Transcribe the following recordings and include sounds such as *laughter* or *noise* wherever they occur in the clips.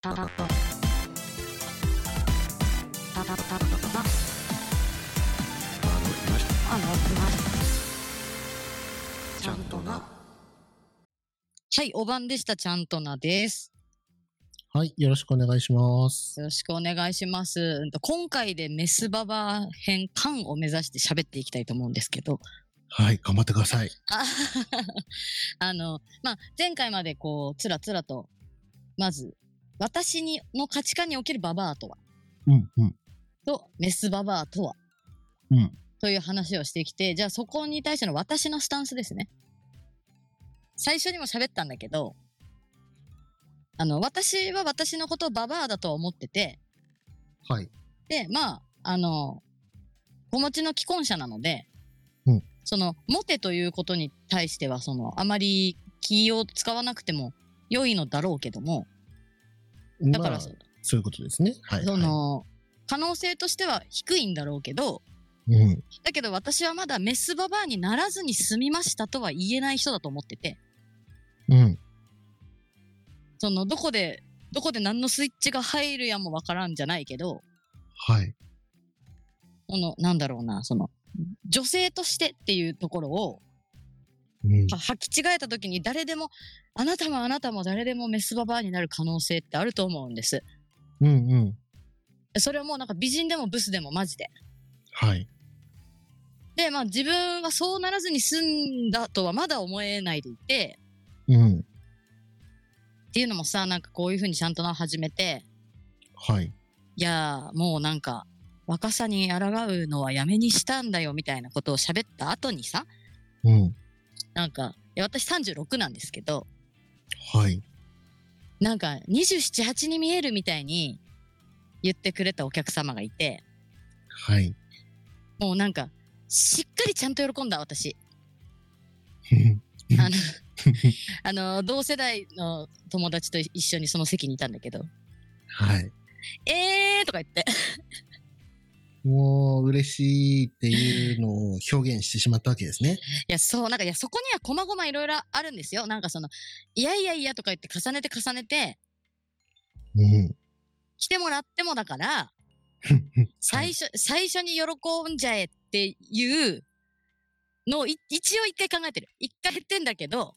タタッとタタッタッとタあの来ましたあの来ましたちゃんとなはいお番でしたちゃんとなですはい、よろしくお願いします。よろしくお願いします。うんと今回でメスババ編缶を目指して喋っていきたいと思うんですけど、 *laughs* はい、頑張ってください。ああの、まあ、前回までこう、つらつらと、まず、私にの価値観におけるババアとは、うん、うん、と、メスババアとは、うん。という話をしてきて、じゃあそこに対しての私のスタンスですね。最初にも喋ったんだけど、あの、私は私のことをババアだとは思ってて、はい。で、まあ、あの、子持ちの既婚者なので、うんその、モテということに対しては、その、あまり気を使わなくても良いのだろうけども、だからまあそ、そういうことですね。はい。その、可能性としては低いんだろうけど、はい、うん。だけど私はまだメスババアにならずに済みましたとは言えない人だと思ってて、うん。その、どこで、どこで何のスイッチが入るやもわからんじゃないけど、はい。その、なんだろうな、その、女性としてっていうところを、うんは履き違えた時に誰でもあなたもあなたも誰でもメスババアになる可能性ってあると思うんですうん、うん。それはもうなんか美人でもブスでもマジではい。でまあ自分はそうならずに済んだとはまだ思えないでいてうん。っていうのもさなんかこういうふうにちゃんとな始めてはい。いやーもうなんか若さに抗うのはやめにしたんだよみたいなことを喋った後にさうん。なんかいや私36なんですけどはい。なんか278に見えるみたいに言ってくれたお客様がいてはい。 *laughs* もうなんか、しっかりちゃんと喜んだ、私。あの、 *laughs* あの、同世代の友達と一緒にその席にいたんだけど、はい。えーとか言って、 *laughs* もう、嬉しいっていうのを表現してしまったわけですね。いや、そう、なんか、いや、そこには細々いろいろあるんですよ。なんかその、いやいやいやとか言って重ねて重ねて、うん。来てもらってもだから、最初、最初に喜んじゃえっていうのをい一応一回考えてる。一回言ってんだけど、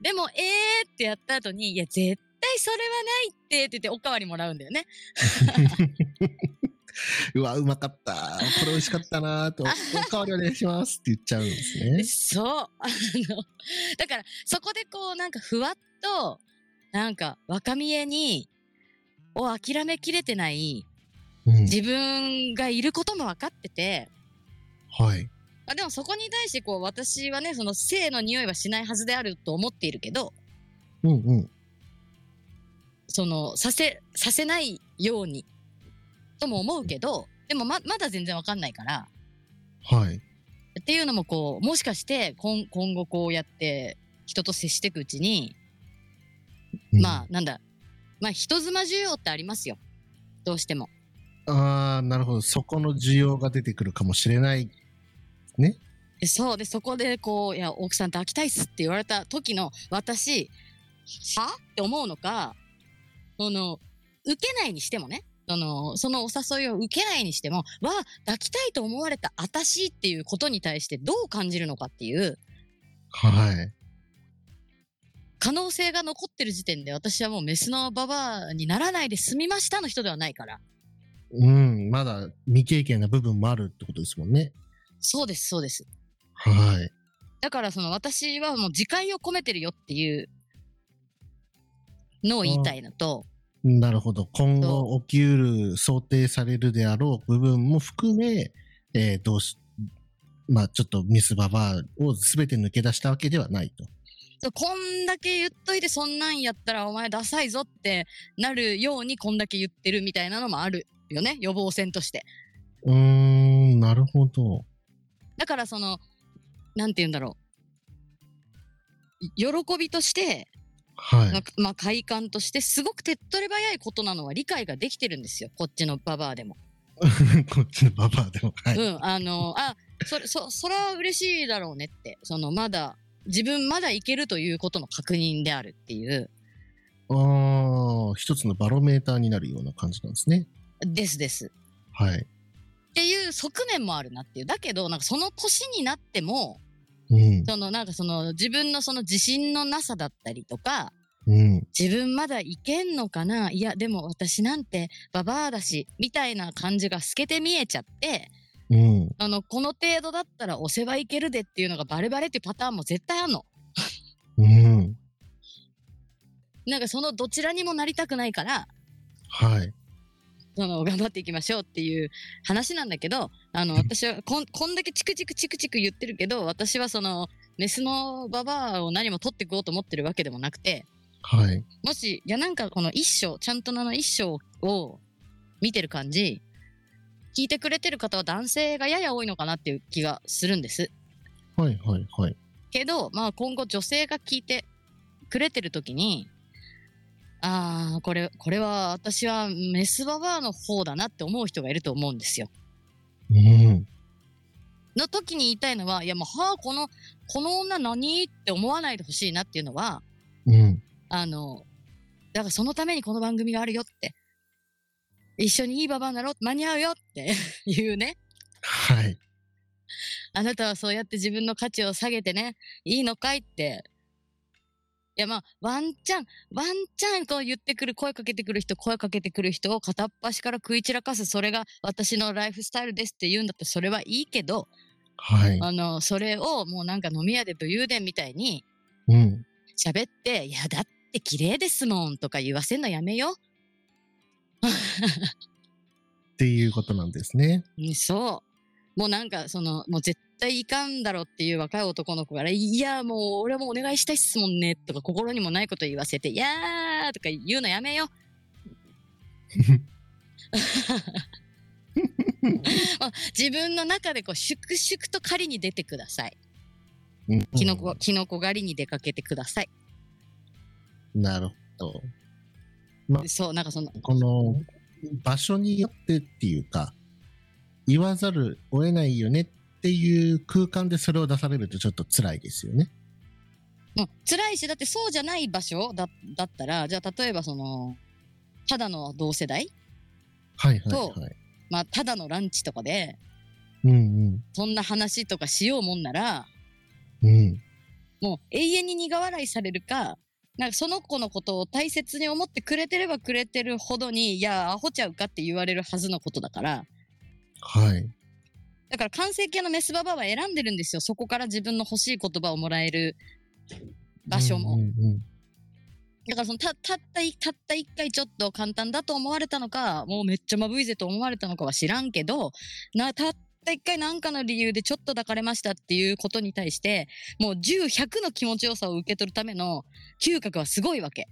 でも、えーってやった後に、いや、絶対それはないって、って言っておかわりもらうんだよね。 *laughs* うわ、うまかった。これ美味しかったな *laughs* と、お代わりお願いしますって言っちゃうんですね。そう。あの、だから、そこでこう、なんかふわっと、なんか若見えに、を諦めきれてない、うん。自分がいることも分かってて、はい。あでもそこに対してこう、私はね、その性の匂いはしないはずであると思っているけど、うん、うん。その、させ、させないように、とも思うけど、でもま、まだ全然分かんないから、はい。っていうのもこう、もしかして、今、今後こうやって、人と接していくうちに、うんまあ、なんだ、まあ、人妻需要ってありますよ。どうしても。ああ、なるほど。そこの需要が出てくるかもしれない。でそうで、そこで、こう、いや、奥さんと飽きたいっすって言われた時の私、はって思うのか、その、受けないにしてもね、その、そのお誘いを受けないにしても、わあ、抱きたいと思われた私っていうことに対してどう感じるのかっていう、はい。可能性が残ってる時点で私はもうメスのババアにならないで済みましたの人ではないから。うん、まだ未経験な部分もあるってことですもんね。そうです、そうです。はい。だからその私はもう自戒を込めてるよっていうのを言いたいのと、なるほど。今後起きうる想定されるであろう部分も含め、えーどうし、まあちょっとミスババアを全て抜け出したわけではないと。そうこんだけ言っといてそんなんやったらお前ダサいぞってなるようにこんだけ言ってるみたいなのもあるよね予防線としてうーん、なるほど。だからそのなんて言うんだろう喜びとして、はなんい。かまあ快感としてすごく手っ取り早いことなのは理解ができてるんですよこっちのババアでも。 *laughs* こっちのババアでも。はい。うん、あの、あ、それ、そ、それは嬉しいだろうねって。その、まだ、自分まだいけるということの確認であるっていう。ああ、一つのバロメーターになるような感じなんですね。ですです。はい。っていう側面もあるなっていう。だけど、なんかその年になっても、うん。そのなんかその自分のその自信のなさだったりとか、うん。自分まだいけんのかないや、でも私なんてババアだし、みたいな感じが透けて見えちゃって、うん。あの、この程度だったら押せばいけるでっていうのがバレバレっていうパターンも絶対あんの。うん。なんかそのどちらにもなりたくないから、はい。その頑張っていきましょうっていう話なんだけど、あの、うん私はこん、こんだけチクチクチクチク言ってるけど、私はその、メスのババアを何も取っていこうと思ってるわけでもなくて、はい。もし、いやなんかこの一章、ちゃんとあの一章を見てる感じ、聞いてくれてる方は男性がやや多いのかなっていう気がするんです。はい。はい。はい。けど、まあ今後女性が聞いてくれてる時に、ああ、これ、これは私はメスババアの方だなって思う人がいると思うんですよ。うん。の時に言いたいのは、いやもう、はあ、この、この女何って思わないでほしいなっていうのは、うん。あの、だからそのためにこの番組があるよって。一緒にいいババアになろう、間に合うよって *laughs* いうね。はい。あなたはそうやって自分の価値を下げてね、いいのかいって。いやまあ、ワンチャン、ワンチャンこう言ってくる、声かけてくる人、声かけてくる人を片っ端から食い散らかす、それが私のライフスタイルですって言うんだったらそれはいいけど、はい。あの、それをもうなんか飲み屋で武勇伝みたいにうん。喋って、いやだって綺麗ですもんとか言わせんのやめよう。っていうことなんですね。うんそう。もうなんか、その、もう絶対いかんだろっていう若い男の子から、いや、もう俺もお願いしたいっすもんね、とか心にもないこと言わせて、いやーとか言うのやめよ。まあ自分の中でこう、粛々と狩りに出てください。うん *laughs* キノコ、キノコ狩りに出かけてください。なるほど。そう、なんかその、この場所によってっていうか、言わざるを得ないよねっていう空間でそれを出されるとちょっと辛いですよね。もう辛いし、だってそうじゃない場所だだったら、じゃあ例えばその、ただの同世代はいはいはい。まあ、ただのランチとかで、うんそんな話とかしようもんなら、うん。うん。もう永遠に苦笑いされるか、なんかその子のことを大切に思ってくれてればくれてるほどに、いや、アホちゃうかって言われるはずのことだから、はい。だから完成形のメスババアは選んでるんですよ。そこから自分の欲しい言葉をもらえる場所も。うんうんだからそのた、たったい、たった一回ちょっと簡単だと思われたのか、もうめっちゃまぶいぜと思われたのかは知らんけど、な、たった一回なんかの理由でちょっと抱かれましたっていうことに対して、もう10、100の気持ちよさを受け取るための嗅覚はすごいわけ。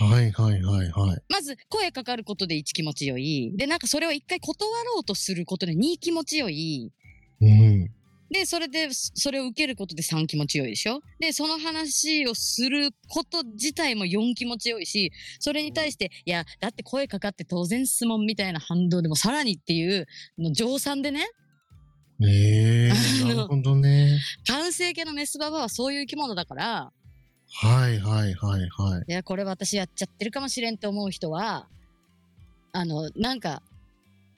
うんはいはいはいはい。まず声かかることで1気持ちよい。で、なんかそれを一回断ろうとすることで2気持ちよい。うん。で、それで、そそれを受けることで3気持ちよいでしょで、その話をすること自体も4気持ちよいし、それに対して、いや、だって声かかって当然質問みたいな反動でもさらにっていう、の乗算でね、*laughs* ええあなのるほどね。完成形のメスババアはそういう生き物だから、はいはいはいはい。いや、これ私やっちゃってるかもしれんって思う人は、あの、なんか、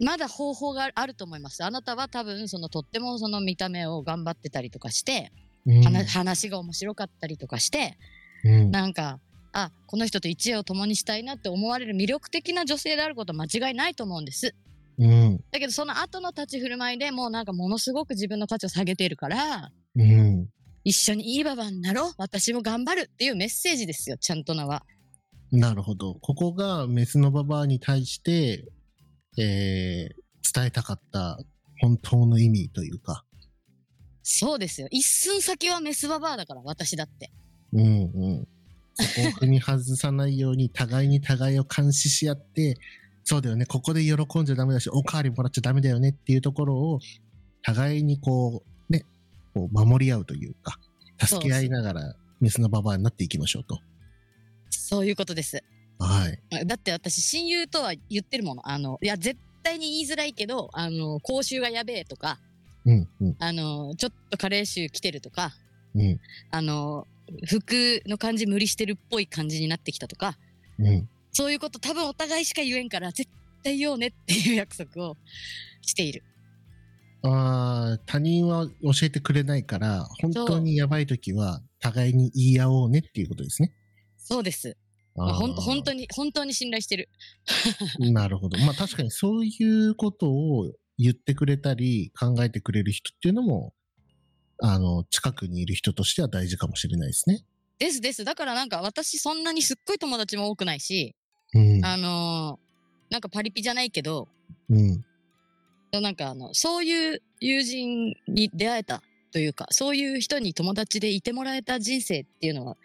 まだ方法があると思います。あなたは多分、その、とってもその見た目を頑張ってたりとかして、うん話話が面白かったりとかして、うんなんか、あ、この人と一夜を共にしたいなって思われる魅力的な女性であることは間違いないと思うんです。うんだけど、その後の立ち振る舞いでもうなんかものすごく自分の価値を下げているから、うん一緒にいいババアになろう私も頑張るっていうメッセージですよ、ちゃんとなは。なるほど。ここがメスのババアに対して、えー、伝えたかった本当の意味というか。そうですよ。一寸先はメスババアだから、私だって。うんうん。そこを踏み外さないように、互いに互いを監視し合って、そうだよね、ここで喜んじゃダメだし、おかわりもらっちゃダメだよねっていうところを、互いにこう、ね、こう守り合うというか、助け合いながら、メスのババアになっていきましょうと。そういうことです。はい。だって私、親友とは言ってるもの。あの、いや、絶対に言いづらいけど、あの、口臭がやべえとか、うんうんあの、ちょっと加齢臭来てるとか、うん。あの、服の感じ無理してるっぽい感じになってきたとか、うん。そういうこと多分お互いしか言えんから、絶対言おうねっていう約束をしている。ああ、他人は教えてくれないから、本当にやばい時は、互いに言い合おうねっていうことですね。そうです。まああ、ーほんと本当に、本当に信頼してる。なるほど。まあ確かにそういうことを言ってくれたり考えてくれる人っていうのも、あの、近くにいる人としては大事かもしれないですね。ですです。だからなんか私そんなにすっごい友達も多くないし、うん。あのーなんかパリピじゃないけど、うん。なんかあの、そういう友人に出会えたというか、そういう人に友達でいてもらえた人生っていうのは、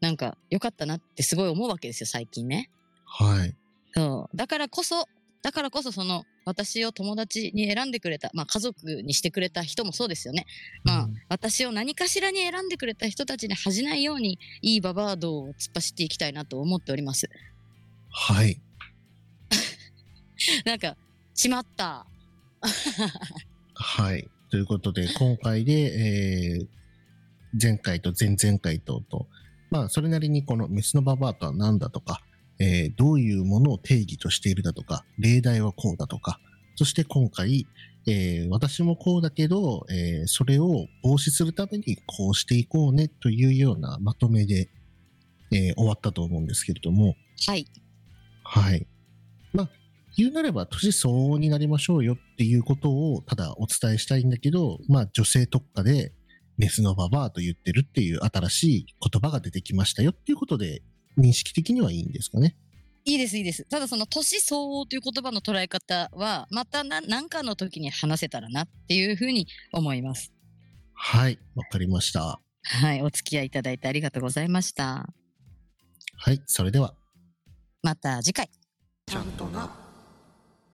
なんか良かったなってすごい思うわけですよ、最近ね。はい。そう。だからこそ、だからこそその、私を友達に選んでくれた、まあ家族にしてくれた人もそうですよね。まあ、うん私を何かしらに選んでくれた人たちに恥じないように、いいババア道を突っ走っていきたいなと思っております。 *laughs* はい。なんか、しまった。はい。ということで、今回で、えー、前回と前々回とと、まあ、それなりにこのメスのババアとは何だとか、えーどういうものを定義としているだとか、例題はこうだとか、そして今回、えー私もこうだけど、えーそれを防止するためにこうしていこうねというようなまとめで、えー終わったと思うんですけれども、はい。はい。まあ、言うなれば、年相応になりましょうよっていうことを、ただお伝えしたいんだけど、まあ、女性特化で、メスのババアと言ってるっていう新しい言葉が出てきましたよっていうことで、認識的にはいいんですかね。いいです、いいです。ただその年相応という言葉の捉え方は、またな何かの時に話せたらなっていうふうに思います。はい、わかりました。はい、お付き合いいただいてありがとうございました。はい、それでは。また次回。ちゃんとな。